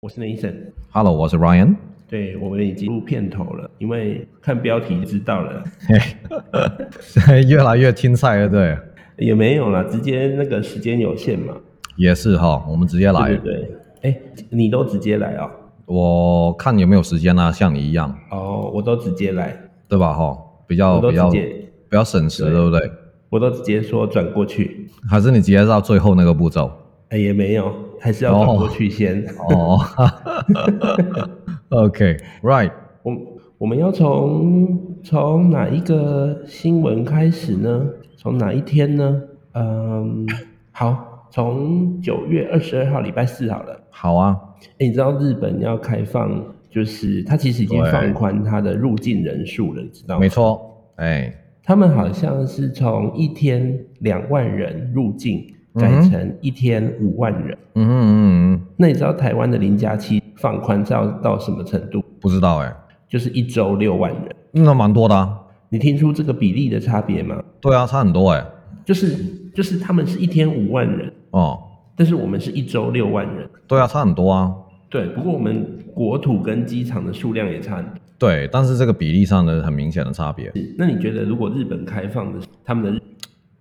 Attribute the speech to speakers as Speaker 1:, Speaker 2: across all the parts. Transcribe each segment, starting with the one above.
Speaker 1: 我是 Nathan，
Speaker 2: Hello，我是 Ryan。
Speaker 1: 对我们已经录片头了，因为看标题就知道了，
Speaker 2: 嘿， 越来越听菜了，对，
Speaker 1: 也没有啦，直接那个时间有限嘛，
Speaker 2: 也是哈，我们直接来。
Speaker 1: 对不对？哎，你都直接来哦，
Speaker 2: 我看有没有时间啊，像你一样，
Speaker 1: 哦，我都直接来，
Speaker 2: 对吧？哈，比较
Speaker 1: 我都
Speaker 2: 比较
Speaker 1: 直接
Speaker 2: 比较省时，
Speaker 1: 对
Speaker 2: 对不对？
Speaker 1: 我都直接说转过去，
Speaker 2: 还是你直接到最后那个步骤？
Speaker 1: 哎，也没有，还是要转过去先。
Speaker 2: 哦，OK，Right，、
Speaker 1: 我我们要从从哪一个新闻开始呢？从哪一天呢？嗯，好，从九月二十二号礼拜四好了。
Speaker 2: 好啊，
Speaker 1: 诶你知道日本要开放，就是它其实已经
Speaker 2: 对
Speaker 1: 放宽它的入境人数了，你知道吗
Speaker 2: 没？错，哎，
Speaker 1: 他们好像是从一天两万人入境，
Speaker 2: 嗯
Speaker 1: 改
Speaker 2: 哼
Speaker 1: 成一天五万人。
Speaker 2: 嗯哼嗯嗯
Speaker 1: 那你知道台湾的零加七放宽到到什么程度？
Speaker 2: 嗯，不知道哎、
Speaker 1: 就是一周六万人。
Speaker 2: 那蛮多的、啊，
Speaker 1: 你听出这个比例的差别吗？
Speaker 2: 对啊，差很多哎、
Speaker 1: 就是就是他们是一天五万人，
Speaker 2: 哦，
Speaker 1: 但是我们是一周六万人。
Speaker 2: 对啊，差很多啊，
Speaker 1: 对，不过我们国土跟机场的数量也差很多。
Speaker 2: 对，但是这个比例上呢，很明显的差别。
Speaker 1: 是那你觉得如果日本开放的他们的日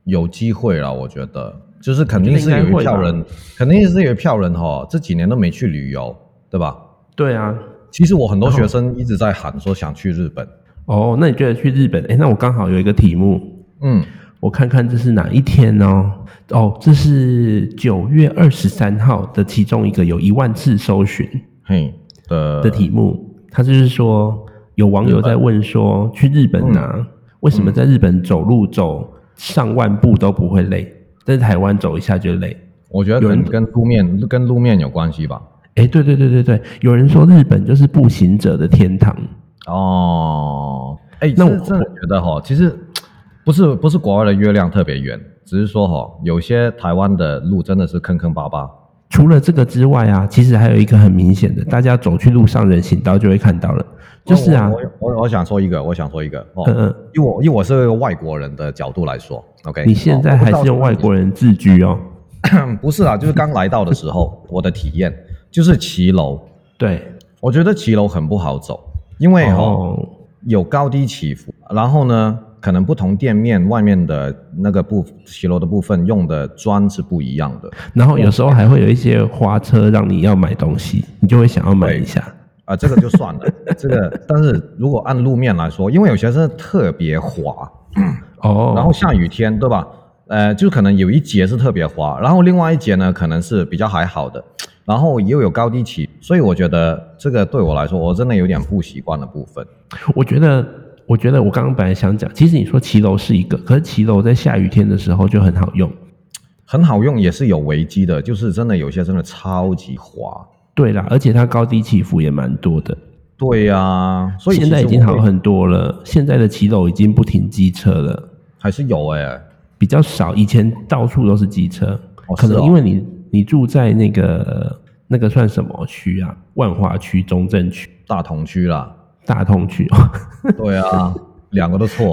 Speaker 2: 有机会啦，我觉得，就是肯定是有一票
Speaker 1: 我觉得应
Speaker 2: 人，肯定是有一票人哈，这几年都没去旅游，对吧？
Speaker 1: 对啊，
Speaker 2: 其实我很多学生一直在喊说想去日本，
Speaker 1: 哦，那你觉得去日本？哎，那我刚好有一个题目，
Speaker 2: 嗯，
Speaker 1: 我看看这是哪一天哦？哦，这是九月二十三号的其中一个有一万次搜寻
Speaker 2: 嘿的
Speaker 1: 的题目，它就是说有网友在问说，去日本啊，为什么在日本走路走上万步都不会累，在台湾走一下就累？
Speaker 2: 我觉得可能跟路面跟路面有关系吧。
Speaker 1: 哎，对对对对对，有人说日本就是步行者的天堂，
Speaker 2: 哦，哎，
Speaker 1: 那
Speaker 2: 那
Speaker 1: 我
Speaker 2: 我真的觉得哈，其实不是不是国外的月亮特别圆，只是说哈，有些台湾的路真的是坑坑巴巴。
Speaker 1: 除了这个之外啊，其实还有一个很明显的，大家走去路上人行道就会看到了，就是啊
Speaker 2: 我，我我我想说一哦个，我想说一个哦，
Speaker 1: 嗯嗯，
Speaker 2: 因为我因为我是一个外国人的角度来说，OK，哦
Speaker 1: 你现在还是用外国人自居哦，
Speaker 2: 人？ 不是啊，就是刚来到的时候，我的体验就是骑楼，
Speaker 1: 对，
Speaker 2: 我觉得骑楼很不好走，因为哦
Speaker 1: 哦，
Speaker 2: 有高低起伏，然后呢，可能不同店面外面的那个部骑楼的部分用的砖是不一样的，
Speaker 1: 然后有时候还会有一些花车让你要买东西，你就会想要买一下，
Speaker 2: 啊，这个就算了，这个但是如果按路面来说，因为有些真的特别滑，
Speaker 1: 哦，
Speaker 2: 然后下雨天，对吧？呃，就可能有一节是特别滑，然后另外一节呢可能是比较还好的，然后又有高低起，所以我觉得这个对我来说，我真的有点不习惯的部分。
Speaker 1: 我觉得。我觉得我刚刚本来想讲，其实你说骑楼是一个，可是骑楼在下雨天的时候就很好用。
Speaker 2: 很好用也是有危机的，就是真的有些真的超级滑。
Speaker 1: 对啦，而且它高低起伏也蛮多的，
Speaker 2: 对呀、所以
Speaker 1: 现在
Speaker 2: 其
Speaker 1: 已
Speaker 2: 实
Speaker 1: 经
Speaker 2: 我
Speaker 1: 好
Speaker 2: 会
Speaker 1: 很多了。现在的骑楼已经不停机车了，
Speaker 2: 还是有哎、
Speaker 1: 比较少。以前到处都是机车，
Speaker 2: 哦
Speaker 1: 可
Speaker 2: 是
Speaker 1: 能
Speaker 2: 哦
Speaker 1: 因为你你住在那个那个算什么区啊？万华区、中正区、
Speaker 2: 大同区啦。
Speaker 1: 大同区，
Speaker 2: 对啊，两个都错。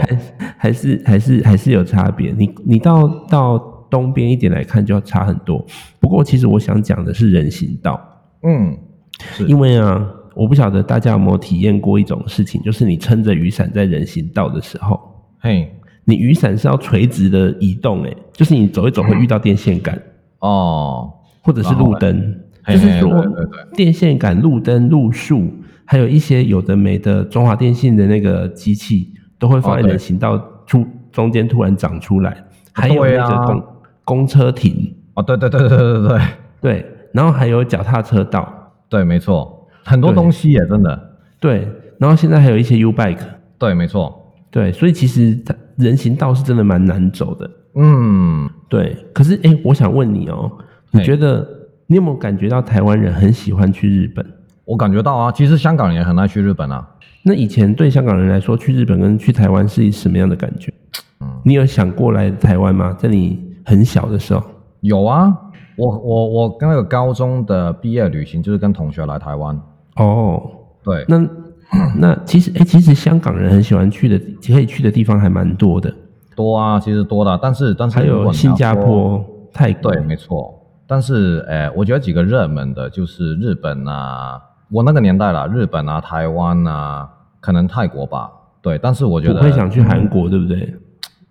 Speaker 1: 还是还是还是有差别。你你到到东边一点来看，就要差很多。不过其实我想讲的是人行道，
Speaker 2: 嗯，是
Speaker 1: 因为啊，我不晓得大家有没有体验过一种事情，就是你撑着雨伞在人行道的时候。
Speaker 2: 嘿
Speaker 1: 你雨伞是要垂直的移动、欸，就是你走一走会遇到电线杆、
Speaker 2: 哦，
Speaker 1: 或者是路灯，
Speaker 2: 嘿
Speaker 1: 就是
Speaker 2: 嘿
Speaker 1: 说
Speaker 2: 对对对
Speaker 1: 电线杆、路灯、路树，还有一些有的没的中华电信的那个机器，都会放在
Speaker 2: 哦对
Speaker 1: 人行道出、中间突然长出来，还有
Speaker 2: 哦对
Speaker 1: 那个
Speaker 2: 啊
Speaker 1: 公、公车亭，
Speaker 2: 哦，对对对对对对对
Speaker 1: 对，然后还有脚踏车道，
Speaker 2: 对，没错，很多
Speaker 1: 对
Speaker 2: 东西也真的，
Speaker 1: 对，然后现在还有一些 U bike，
Speaker 2: 对，没错。
Speaker 1: 对，所以其实它人行道是真的蛮难走的。
Speaker 2: 嗯，
Speaker 1: 对，可是哎、诶我想问你哦，你
Speaker 2: 嘿
Speaker 1: 觉得你有没有感觉到台湾人很喜欢去日本？
Speaker 2: 我感觉到啊，其实香港人也很爱去日本啊。
Speaker 1: 那以前对香港人来说，去日本跟去台湾是什么样的感觉？
Speaker 2: 嗯
Speaker 1: 你有想过来台湾吗？在你很小的时候，
Speaker 2: 有啊，我我我那个高中的毕业旅行就是跟同学来台湾，
Speaker 1: 哦，
Speaker 2: 对，
Speaker 1: 那 那其实哎、诶其实香港人很喜欢去的，可以去的地方还蛮多的，
Speaker 2: 多啊，其实多的，但是但是
Speaker 1: 还
Speaker 2: 如果
Speaker 1: 有
Speaker 2: 你要
Speaker 1: 新加
Speaker 2: 说，
Speaker 1: 坡、泰国，
Speaker 2: 对，没错，但是，呃，我觉得几个热门的就是日本啊，我那个年代了，日本啊、台湾啊，可能泰国吧，对。但是我觉
Speaker 1: 不
Speaker 2: 得嗯
Speaker 1: 会想去韩国，对不对？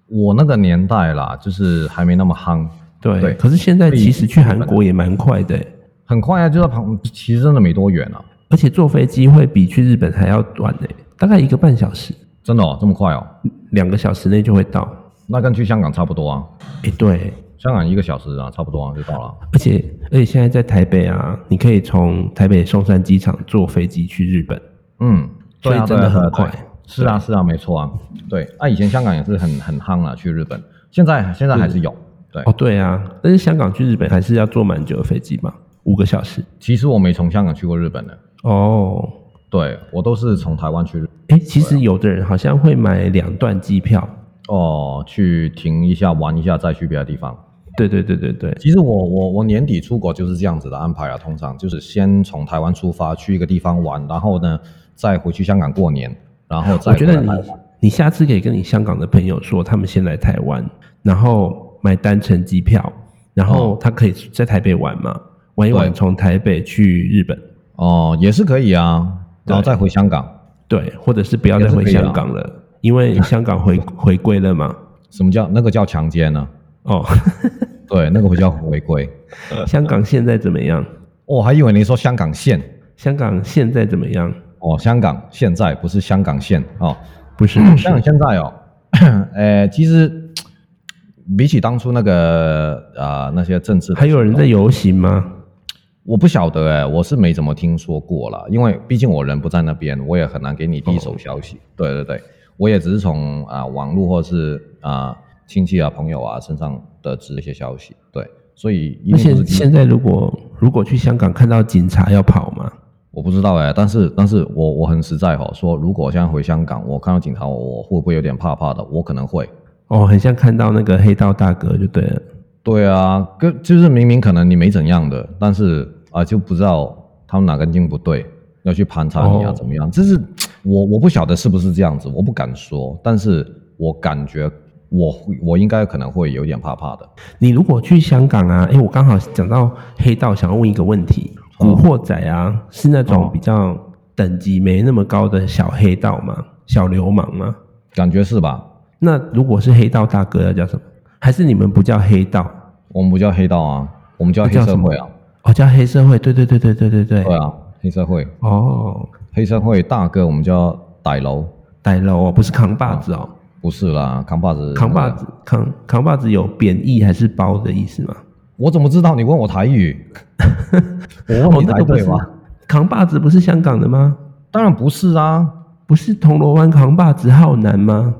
Speaker 2: 我那个年代啦，就是还没那么夯，
Speaker 1: 对。
Speaker 2: 对
Speaker 1: 可是现在其实去韩国也蛮快的、
Speaker 2: 很快啊，就在旁，其实真的没多远啊，
Speaker 1: 而且坐飞机会比去日本还要短呢、大概一个半小时，
Speaker 2: 真的哦，这么快哦，
Speaker 1: 两个小时内就会到。
Speaker 2: 那跟去香港差不多啊，
Speaker 1: 哎、对，
Speaker 2: 香港一个小时啊，差不多啊就到了。
Speaker 1: 而且而且现在在台北啊，你可以从台北松山机场坐飞机去日本，
Speaker 2: 嗯，对
Speaker 1: 所
Speaker 2: 啊
Speaker 1: 以真的
Speaker 2: 对啊
Speaker 1: 很
Speaker 2: 对啊
Speaker 1: 快
Speaker 2: 对啊是啊，是啊，没错啊，对。啊，以前香港也是很很夯啊，去日本，现在现在还是有。对
Speaker 1: 哦，，对啊，但是香港去日本还是要坐蛮久的飞机吧，五个小时。
Speaker 2: 其实我没从香港去过日本的，
Speaker 1: 哦，
Speaker 2: 对我都是从台湾去日
Speaker 1: 哎，其实有的人好像会买两段机票。
Speaker 2: 哦，去停一下玩一下，再去别的地方。
Speaker 1: 对对对对对，
Speaker 2: 其实我我我年底出国就是这样子的安排啊，通常就是先从台湾出发去一个地方玩，然后呢再回去香港过年，然后再
Speaker 1: 我觉得
Speaker 2: 回
Speaker 1: 你
Speaker 2: 来
Speaker 1: 你下次可以跟你香港的朋友说，他们先来台湾，然后买单程机票，然后他可以在台北玩嘛，玩一玩
Speaker 2: 嗯对
Speaker 1: 从台北去日本，
Speaker 2: 哦也是可以啊，然后再回香港。
Speaker 1: 对，或者是不要再回香港了，因为香港回回归了嘛。
Speaker 2: 什么叫那个叫强奸呢、
Speaker 1: 哦，
Speaker 2: 对，那个叫回归。
Speaker 1: 香港现在怎么样？
Speaker 2: 我、还以为你说香港县
Speaker 1: 香港现在怎么样？
Speaker 2: 哦，香港现在不是香港县哦，
Speaker 1: 不是，不是
Speaker 2: 香港现在哦， 呃，其实比起当初那个啊、那些政治的，
Speaker 1: 还有人在游行吗？
Speaker 2: 我不晓得哎，我是没怎么听说过啦，因为毕竟我人不在那边，我也很难给你第一手消息。对对对，我也只是从啊、网络或是啊、亲戚啊朋友啊身上得知一些消息。对，所以因
Speaker 1: 那
Speaker 2: 为不
Speaker 1: 现
Speaker 2: 是第一
Speaker 1: 现在如果如果去香港看到警察要跑吗？
Speaker 2: 我不知道哎、但是但是我我很实在哈、说如果我现在回香港，我看到警察，我我会不会有点怕怕的？我可能会。
Speaker 1: 哦，很像看到那个黑道大哥就对了。
Speaker 2: 对啊，跟就是明明可能你没怎样的，但是啊、就不知道他们哪根筋不对，要去盘查你啊、
Speaker 1: 哦
Speaker 2: 怎么样？这是我我不晓得是不是这样子，我不敢说，但是我感觉我会我应该可能会有点怕怕的。
Speaker 1: 你如果去香港啊，诶，我刚好讲到黑道，想要问一个问题：古惑仔啊，是那种比较等级没那么高的小黑道吗？小流氓吗？
Speaker 2: 感觉是吧？
Speaker 1: 那如果是黑道大哥要叫什么？还是你们不叫黑道，
Speaker 2: 我们不叫黑道啊，我们叫黑
Speaker 1: 叫
Speaker 2: 社
Speaker 1: 什么
Speaker 2: 会啊。
Speaker 1: 哦，叫黑社会？对对对对对对对。
Speaker 2: 对啊，黑社会，
Speaker 1: 哦，
Speaker 2: 黑社会大哥我们叫歹楼。
Speaker 1: 歹楼哦，不是扛把子哦，
Speaker 2: 不是啦，扛把子。
Speaker 1: 扛把子扛扛把子有贬义还是褒的意思吗？
Speaker 2: 我怎么知道你问我台 语？我
Speaker 1: 哦
Speaker 2: 问，你
Speaker 1: 那
Speaker 2: 台
Speaker 1: 个不
Speaker 2: 对
Speaker 1: 是
Speaker 2: 吗？
Speaker 1: 扛把子不是香港的吗？
Speaker 2: 当然不是啊，
Speaker 1: 不是铜锣湾扛把子浩南吗？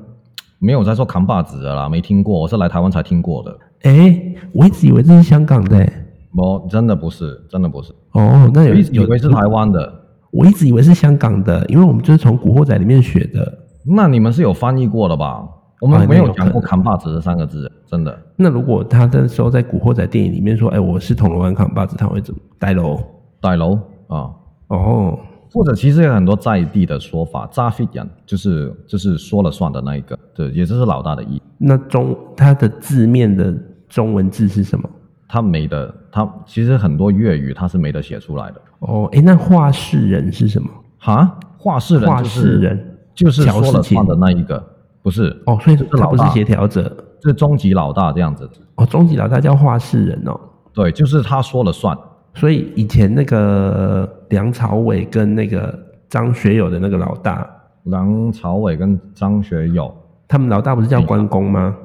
Speaker 2: 没有在说扛把子的啦，没听过，我是来台湾才听过的。
Speaker 1: 哎、我一直以为这是香港的、欸。
Speaker 2: 我真的不是，真的不是，
Speaker 1: 哦，那
Speaker 2: 我
Speaker 1: 有
Speaker 2: 一直以
Speaker 1: 有，
Speaker 2: 为是台湾的。
Speaker 1: 我一直以为是香港的，因为我们就是从《古惑仔》里面学的。
Speaker 2: 那你们是有翻译过的吧？我
Speaker 1: 哎
Speaker 2: 们没
Speaker 1: 那
Speaker 2: 有
Speaker 1: 有
Speaker 2: 讲过
Speaker 1: 可能
Speaker 2: 扛把子这三个字，真的。
Speaker 1: 那如果他那时候在《古惑仔》电影里面说：“哎、我是铜锣湾扛把子”，他会怎么呆喽？
Speaker 2: 大楼啊，
Speaker 1: 哦，
Speaker 2: 或者其实有很多在地的说法，扎 fit 人就是就是说了算的那一个，对，也就是老大的意。
Speaker 1: 那中他的字面的中文字是什么？
Speaker 2: 他没得，他其实很多粤语他是没得写出来的。
Speaker 1: 哦，哎、那画事人是什么？
Speaker 2: 哈，画事人
Speaker 1: 画
Speaker 2: 就是
Speaker 1: 事人
Speaker 2: 就是
Speaker 1: 乔
Speaker 2: 说
Speaker 1: 世
Speaker 2: 了
Speaker 1: 杰
Speaker 2: 算的那一个，不是
Speaker 1: 哦，所以
Speaker 2: 就是
Speaker 1: 他
Speaker 2: 老
Speaker 1: 不是
Speaker 2: 大，
Speaker 1: 协调者
Speaker 2: 是终极老大这样子。
Speaker 1: 哦，终极老大叫画事人哦。
Speaker 2: 对，就是他说了算。
Speaker 1: 所以以前那个梁朝伟跟那个张学友的那个老大，
Speaker 2: 梁朝伟跟张学友
Speaker 1: 他们老大不是叫关公吗？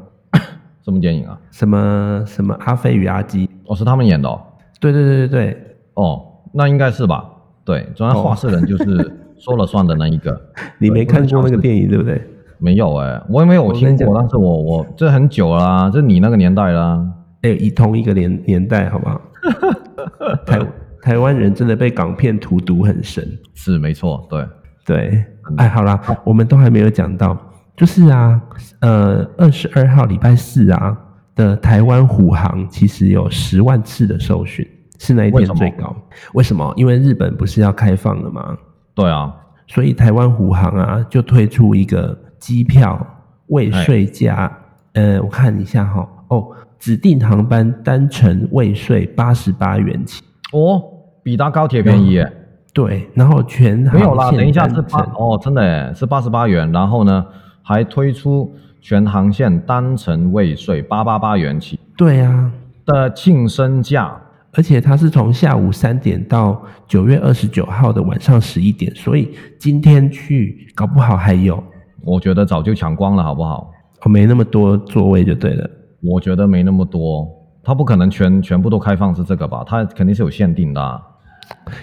Speaker 2: 什么电影啊？
Speaker 1: 什么什么阿飞与阿基？
Speaker 2: 哦，是他们演的哦。
Speaker 1: 对对对对对，
Speaker 2: 哦，那应该是吧？对，主要画事人就是说了算的那一个。
Speaker 1: 你没看过那个电影对不对？
Speaker 2: 没有哎、我也没有
Speaker 1: 跟
Speaker 2: 听
Speaker 1: 你讲
Speaker 2: 过，但是我我这很久啦、这你那个年代啦。
Speaker 1: 哎，以同一个年年代，好不 好？台台湾人真的被港片荼毒很深。
Speaker 2: 是没错，对，
Speaker 1: 对，
Speaker 2: 嗯
Speaker 1: 哎，好啦，我们都还没有讲到，就是啊，呃，二十二号礼拜四啊的台湾虎航其实有十万次的搜寻，是那一
Speaker 2: 为
Speaker 1: 天
Speaker 2: 什么
Speaker 1: 最高。为什么？因为日本不是要开放了吗？
Speaker 2: 对啊，
Speaker 1: 所以台湾虎航啊
Speaker 2: 哎
Speaker 1: 就推出一个机票未税价，呃，我看一下哈、哦，指定航班单程未税八十八元起。
Speaker 2: 哦，比搭高铁便宜耶。
Speaker 1: 对，然后全航
Speaker 2: 没有啦，
Speaker 1: 线
Speaker 2: 等一下
Speaker 1: 单
Speaker 2: 是八
Speaker 1: 程
Speaker 2: 哦，真的耶是八十八元，然后呢还推出全航线单程未税八八八元起
Speaker 1: 对啊，
Speaker 2: 的庆生价，
Speaker 1: 而且它是从下午三点到九月二十九号的晚上十一点，所以今天去搞不好还有
Speaker 2: 我觉得早就抢光了，好不好？
Speaker 1: 哦，没那么多座位就对了。
Speaker 2: 我觉得没那么多，它不可能全全部都开放是这个吧？它肯定是有限定的、啊。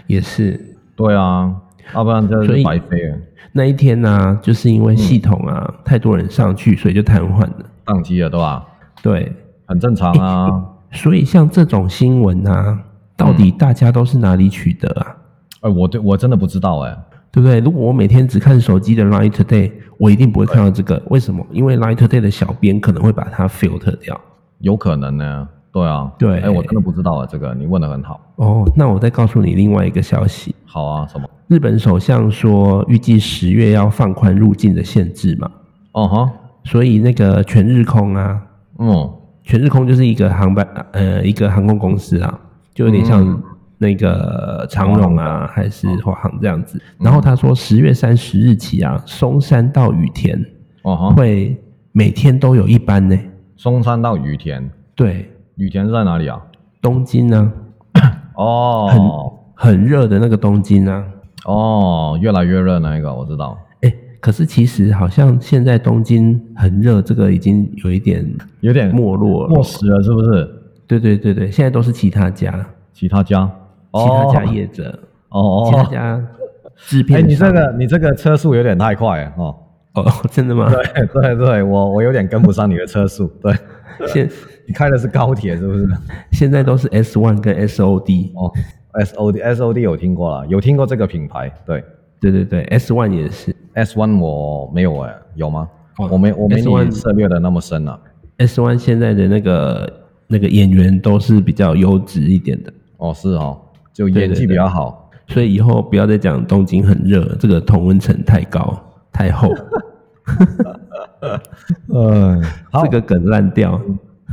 Speaker 1: 也是
Speaker 2: 对啊，要不然就
Speaker 1: 所
Speaker 2: 是
Speaker 1: 以
Speaker 2: 白费了，
Speaker 1: 那一天呢、就是因为系统啊、
Speaker 2: 嗯
Speaker 1: 太多人上去，所以就瘫痪了。
Speaker 2: 宕机了，对吧？
Speaker 1: 对，
Speaker 2: 很正常 啊。
Speaker 1: 所以像这种新闻啊，到底大家都是哪里取得啊？
Speaker 2: 哎，我对我真的不知道哎、
Speaker 1: 对不对？如果我每天只看手机的 Line Today，我一定不会看到这个。为什么？因为 Line Today 的小编可能会把它 filter 掉。
Speaker 2: 有可能呢。对啊，
Speaker 1: 对
Speaker 2: 哎，我真的不知道啊，这个你问的很好。
Speaker 1: 哦，那我再告诉你另外一个消息：
Speaker 2: 好啊，什么？
Speaker 1: 日本首相说，预计十月要放宽入境的限制嘛，
Speaker 2: 哦哈，
Speaker 1: 所以那个全日空啊，
Speaker 2: 嗯，
Speaker 1: 全日空就是一个航班，呃，一个航空公司啊，就有点
Speaker 2: 嗯
Speaker 1: 像那个长荣啊，还是华航这样
Speaker 2: 哦
Speaker 1: 子。然后他说，十月三十日起啊，松山到羽田
Speaker 2: 哦哈，
Speaker 1: 会每天都有一班呢。
Speaker 2: 松山到羽田，
Speaker 1: 对，
Speaker 2: 羽田是在哪里啊？
Speaker 1: 东京呢、
Speaker 2: 哦
Speaker 1: 很热的那个东京啊。
Speaker 2: 哦，越来越热那一个，我知道。
Speaker 1: 哎，可是其实好像现在东京很热，这个已经有一点
Speaker 2: 有点
Speaker 1: 没落了
Speaker 2: 过。时了，是不是？
Speaker 1: 对对对对，现在都是其他家，
Speaker 2: 其他家，
Speaker 1: 其他家
Speaker 2: 哦
Speaker 1: 业者，
Speaker 2: 哦
Speaker 1: 其他
Speaker 2: 哦，
Speaker 1: 家制
Speaker 2: 哎，
Speaker 1: 片
Speaker 2: 你这
Speaker 1: 商
Speaker 2: 个你这个车速有点太快了哦。
Speaker 1: 哦，真的吗？
Speaker 2: 对对对，我我有点跟不上你的车速。 对，
Speaker 1: 现
Speaker 2: 你开的是高铁是不是？
Speaker 1: 现在都是 S One 跟 SOD，
Speaker 2: 哦，S O D S O D 有听过了，有听过这个品牌。对
Speaker 1: 对对对，S One 也是
Speaker 2: ，S One 我没有哎、有吗？
Speaker 1: 哦
Speaker 2: 我没我没你
Speaker 1: S1
Speaker 2: 涉猎的那么深啊。
Speaker 1: S One 现在的那个那个演员都是比较优质一点的，
Speaker 2: 哦，是哦，就演
Speaker 1: 对对对
Speaker 2: 技比较好。
Speaker 1: 所以以后不要再讲东京很热，这个同温层太高太 厚，
Speaker 2: 嗯，好，
Speaker 1: 这个梗烂掉。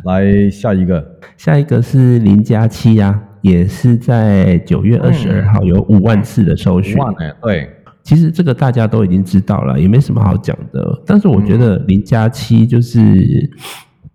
Speaker 2: 来下一个。
Speaker 1: 下一个是零加七呀，也是在九月二十二号有五万次的搜寻。
Speaker 2: 嗯万哎、对，
Speaker 1: 其实这个大家都已经知道了，也没什么好讲的。但是我觉得零加七就是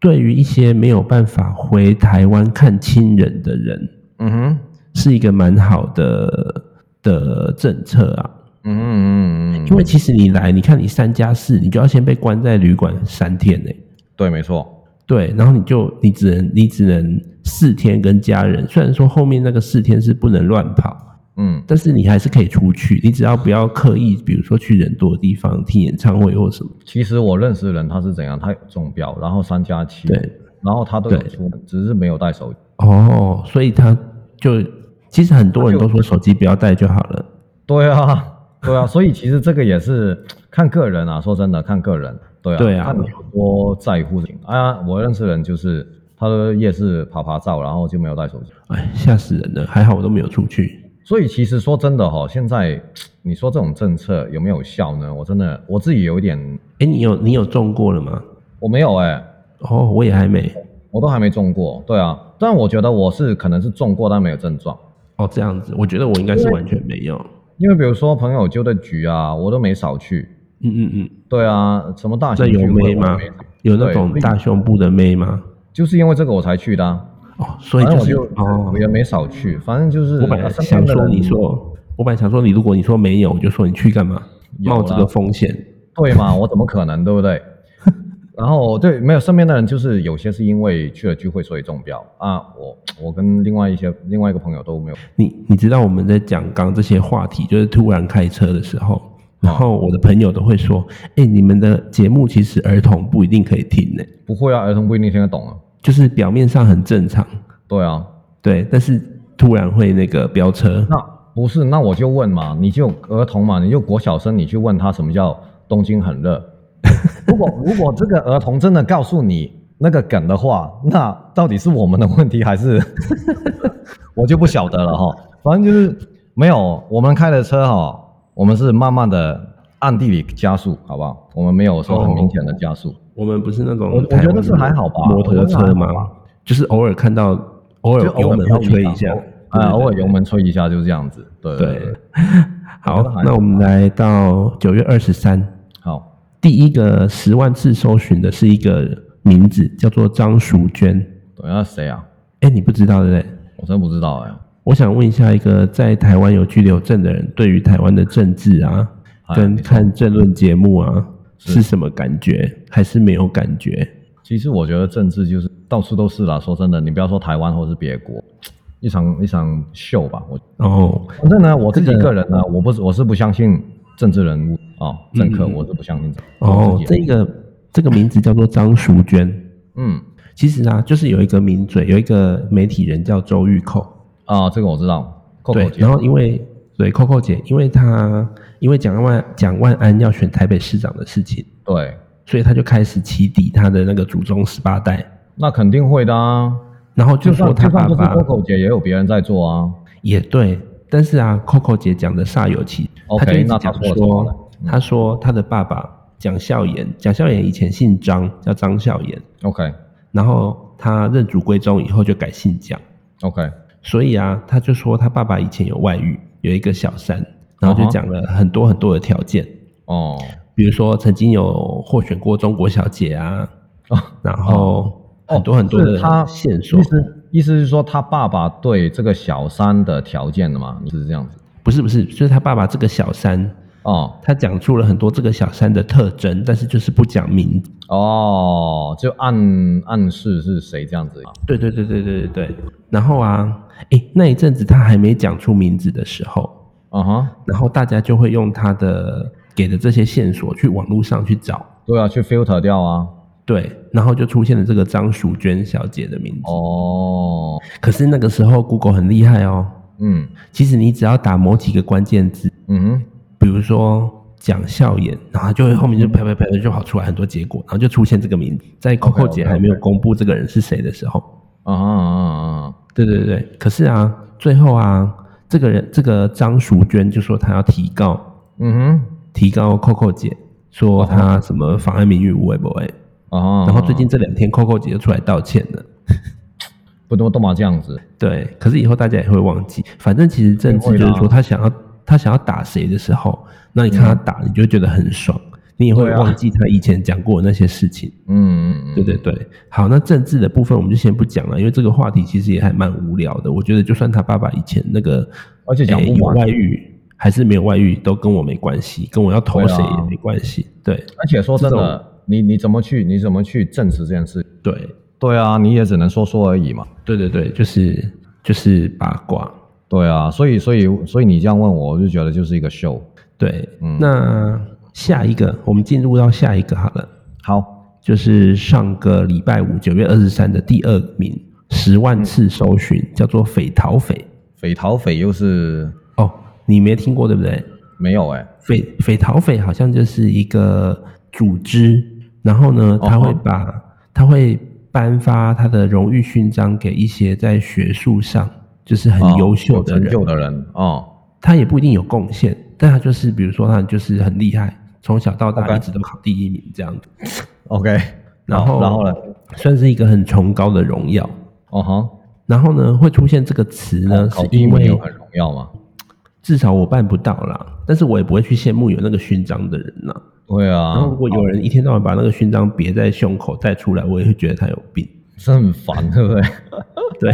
Speaker 1: 对于一些没有办法回台湾看亲人的人，
Speaker 2: 嗯哼，
Speaker 1: 是一个蛮好的的政策啊。
Speaker 2: 嗯哼嗯哼嗯
Speaker 1: 因
Speaker 2: 哼，
Speaker 1: 为其实你来，你看你三加四，你就要先被关在旅馆三天呢、
Speaker 2: 对，没错，
Speaker 1: 对，然后你就你只能你只能四天跟家人，虽然说后面那个四天是不能乱跑，
Speaker 2: 嗯
Speaker 1: 但是你还是可以出去，你只要不要刻意，比如说去人多的地方听演唱会或什么。
Speaker 2: 其实我认识的人他是怎样，他有中标，然后三加七，
Speaker 1: 对，
Speaker 2: 然后他都有
Speaker 1: 对
Speaker 2: 出门，只是没有带手机。
Speaker 1: 哦，所以他就其实很多人都说手机不要带就好了。
Speaker 2: 对啊， 对啊，所以其实这个也是看个人啊，说真的，看个人，对啊，
Speaker 1: 对啊
Speaker 2: 看你有多在乎啊。我认识的人就是他的夜市爬爬照，然后就没有带手机。
Speaker 1: 哎，吓死人了！还好我都没有出去。
Speaker 2: 所以其实说真的哈、现在你说这种政策有没有效呢？我真的我自己有一点，
Speaker 1: 哎，你有你有中过了吗？
Speaker 2: 我没有哎、
Speaker 1: 哦，我也还没。
Speaker 2: 我都还没中过，对啊，但我觉得我是可能是中过，但没有症状。
Speaker 1: 哦，这样子，我觉得我应该是完全没有。
Speaker 2: 因为比如说朋友揪的局啊，我都没少去。
Speaker 1: 嗯嗯嗯，
Speaker 2: 对啊，什么大型
Speaker 1: 那有
Speaker 2: 聚会
Speaker 1: 妹
Speaker 2: 我都
Speaker 1: 吗
Speaker 2: 没少？
Speaker 1: 有那种
Speaker 2: 对
Speaker 1: 大胸部的妹吗？
Speaker 2: 就是因为这个我才去的、啊。
Speaker 1: 哦，所以
Speaker 2: 反正
Speaker 1: 是
Speaker 2: 我就、
Speaker 1: 哦
Speaker 2: 我，也没少去，反正就是
Speaker 1: 我本来
Speaker 2: 啊身
Speaker 1: 想
Speaker 2: 边的
Speaker 1: 说
Speaker 2: 人
Speaker 1: 你说，我本来想说你如果你说没有，我就说你去干嘛？
Speaker 2: 有啊啦
Speaker 1: 冒这个风险。
Speaker 2: 对嘛，我怎么可能对不对？然后对，没有身边的人就是有些是因为去了聚会所以中标啊，我我跟另外一些另外一个朋友都没有，
Speaker 1: 你你知道我们在讲刚刚这些话题，就是突然开车的时候，
Speaker 2: 哦
Speaker 1: 然后我的朋友都会说：“哎、你们的节目其实儿童不一定可以听呢、
Speaker 2: 不会啊，儿童不一定听得懂啊，
Speaker 1: 就是表面上很正常，
Speaker 2: 对啊，
Speaker 1: 对，但是突然会那个飙车。
Speaker 2: 那不是那我就问嘛，你就儿童嘛，你就国小生，你去问他什么叫东京很热，如果如果这个儿童真的告诉你那个梗的话，那到底是我们的问题还是 我就不晓得了哈。反正就是没有我们开的车哈，我们是慢慢的暗地里加速，好不好？我们没有说很明显的加速。
Speaker 1: 我们不是那种
Speaker 2: 我我
Speaker 1: 台湾
Speaker 2: 觉得是还好吧
Speaker 1: 摩托
Speaker 2: 我觉
Speaker 1: 车
Speaker 2: 得还好
Speaker 1: 嘛
Speaker 2: 吧，
Speaker 1: 就是偶尔看到，偶尔
Speaker 2: 就偶
Speaker 1: 油
Speaker 2: 尔
Speaker 1: 门
Speaker 2: 飙
Speaker 1: 会推
Speaker 2: 一
Speaker 1: 一下，
Speaker 2: 啊，偶尔
Speaker 1: 对
Speaker 2: 油门吹一下就是这样子。对
Speaker 1: 对
Speaker 2: 对，
Speaker 1: 好
Speaker 2: 觉得还，好
Speaker 1: 那我们来到九月二十三，
Speaker 2: 好，
Speaker 1: 第一个十万次搜寻的是一个名字，叫做张淑娟。
Speaker 2: 对，那谁啊？
Speaker 1: 哎，你不知道对不对？
Speaker 2: 我真不知道哎。
Speaker 1: 我想问一下，一个在台湾有居留证的人，对于台湾的政治啊，
Speaker 2: 哎
Speaker 1: 跟
Speaker 2: 没错
Speaker 1: 看政论节目啊，是什么感觉？还是没有感觉？
Speaker 2: 其实我觉得政治就是到处都是啦。说真的，你不要说台湾或是别国，一场一场秀吧。我
Speaker 1: 然后，
Speaker 2: 反正呢，我自己个人呢，我不是我是不相信政治人物啊、哦政客，我是不相信的。我
Speaker 1: 哦
Speaker 2: 自，己啊
Speaker 1: 这个这个名字叫做张淑娟。
Speaker 2: 嗯
Speaker 1: 其实啊，就是有一个名嘴，有一个媒体人叫周玉蔻，
Speaker 2: 啊、这个我知道。扣扣
Speaker 1: 对，
Speaker 2: 姐
Speaker 1: 然，后因为对 Coco 姐，因为她因为蒋万蒋万安要选台北市长的事情，
Speaker 2: 对，
Speaker 1: 所以她就开始起底她的那个祖宗十八代，
Speaker 2: 那肯定会的啊。
Speaker 1: 然后就
Speaker 2: 就
Speaker 1: 说
Speaker 2: 算
Speaker 1: 她
Speaker 2: 就
Speaker 1: 爸
Speaker 2: 算不是
Speaker 1: 爸
Speaker 2: 扣扣姐，也有别人在做啊。
Speaker 1: 也对，但是啊，Coco 姐讲的煞有其，
Speaker 2: OK，
Speaker 1: 她就一直
Speaker 2: 那她
Speaker 1: 讲
Speaker 2: 说了什么呢嗯
Speaker 1: 说，她说她的爸爸蒋孝严，蒋孝严以前姓张，叫张孝严，
Speaker 2: OK
Speaker 1: 然后他认祖归宗以后就改姓蒋，
Speaker 2: OK，
Speaker 1: 所以啊，他就说他爸爸以前有外遇，有一个小三，然
Speaker 2: 啊
Speaker 1: 后就讲了很多很多的条件。
Speaker 2: 哦
Speaker 1: 比如说曾经有获选过中国小姐啊，
Speaker 2: 哦
Speaker 1: 然后很多很多
Speaker 2: 是他
Speaker 1: 的线索
Speaker 2: 意，思意思是说他爸爸对这个小三的条件的嘛，是这样子
Speaker 1: 不是不是，就是他爸爸这个小三，
Speaker 2: 哦
Speaker 1: 他讲出了很多这个小三的特征，但是就是不讲名。
Speaker 2: 哦，就暗暗示是谁这样子啊？
Speaker 1: 对对对对对对对。然后啊，诶，那一阵子他还没讲出名字的时候，
Speaker 2: 嗯哼，
Speaker 1: 然后大家就会用他的给的这些线索去网络上去找，
Speaker 2: 对啊，去 filter 掉啊。
Speaker 1: 对，然后就出现了这个张淑娟小姐的名字。
Speaker 2: 哦，
Speaker 1: 可是那个时候 Google 很厉害哦，
Speaker 2: 嗯
Speaker 1: 其实你只要打某几个关键字，
Speaker 2: 嗯
Speaker 1: 比如说蒋孝严，然后它就会后面就啪啪啪的就跑出来很多结果，然后就出现这个名字。在 Coco
Speaker 2: OK，OK，OK
Speaker 1: 姐还没有公布这个人是谁的时候，
Speaker 2: 哼，啊哈啊
Speaker 1: 对对对。可是啊，最后啊，这个人这个张淑娟就说她要提告，
Speaker 2: 嗯哼，
Speaker 1: 提告 Coco 姐说
Speaker 2: 哦
Speaker 1: 她什么妨碍名誉无为不为。
Speaker 2: 啊哈。
Speaker 1: 然后最近这两天 Coco 姐就出来道歉了。
Speaker 2: 不多都嘛这样子，
Speaker 1: 对，可是以后大家也会忘记。反正其实政治就是
Speaker 2: 也
Speaker 1: 说，
Speaker 2: 会啦嗯
Speaker 1: 他想要他想要打谁的时候，那你看他打，你就会觉得很爽，你也会
Speaker 2: 对啊
Speaker 1: 忘记他以前讲过的那些事情。
Speaker 2: 嗯嗯
Speaker 1: 对
Speaker 2: 嗯，
Speaker 1: 对对，好，那政治的部分我们就先不讲了，因为这个话题其实也还蛮无聊的。我觉得就算他爸爸以前那个，
Speaker 2: 而且讲
Speaker 1: 诶
Speaker 2: 不
Speaker 1: 有
Speaker 2: 完
Speaker 1: 外遇还是没有外遇，都跟我没关系，跟我要投
Speaker 2: 对啊
Speaker 1: 谁也没关系。对
Speaker 2: 而且说真
Speaker 1: 这
Speaker 2: 的，你你怎么去你怎么去证实这件事？
Speaker 1: 对
Speaker 2: 对啊，你也只能说说而已嘛。
Speaker 1: 对对对，就是就是八卦。
Speaker 2: 对啊，所以所以所以你这样问我，我就觉得就是一个秀。
Speaker 1: 对，
Speaker 2: 嗯
Speaker 1: 那下一个我们进入到下一个好了。
Speaker 2: 好，
Speaker 1: 就是上个礼拜五九月二十三的第二名，十万次搜寻，叫做匪逃匪。
Speaker 2: 匪逃匪又是
Speaker 1: 哦，你没听过对不对？
Speaker 2: 没有哎、
Speaker 1: 匪匪逃匪好像就是一个组织，然后呢，他
Speaker 2: 哦
Speaker 1: 会把、他会颁发他的荣誉勋章给一些在学术上就是很
Speaker 2: 哦
Speaker 1: 优秀的
Speaker 2: 有成
Speaker 1: 人，
Speaker 2: 就的人哦，
Speaker 1: 他也不一定有贡献，但他就是比如说他就是很厉害，从小到大
Speaker 2: OK
Speaker 1: 一直都考第一名这样子，
Speaker 2: OK，
Speaker 1: 然后
Speaker 2: 好然后呢？
Speaker 1: 算是一个很崇高的荣耀。
Speaker 2: 哦哈，
Speaker 1: 然后呢，会出现这个词呢，
Speaker 2: 考
Speaker 1: 是
Speaker 2: 第一
Speaker 1: 因
Speaker 2: 名
Speaker 1: 为
Speaker 2: 有很荣耀嘛？
Speaker 1: 至少我办不到啦，但是我也不会去羡慕有那个勋章的人啦。
Speaker 2: 对
Speaker 1: 然
Speaker 2: 啊，
Speaker 1: 后如果有人一天到晚把那个勋章别在胸口带出来，我也会觉得他有病。
Speaker 2: 是很烦，对不对？
Speaker 1: 对，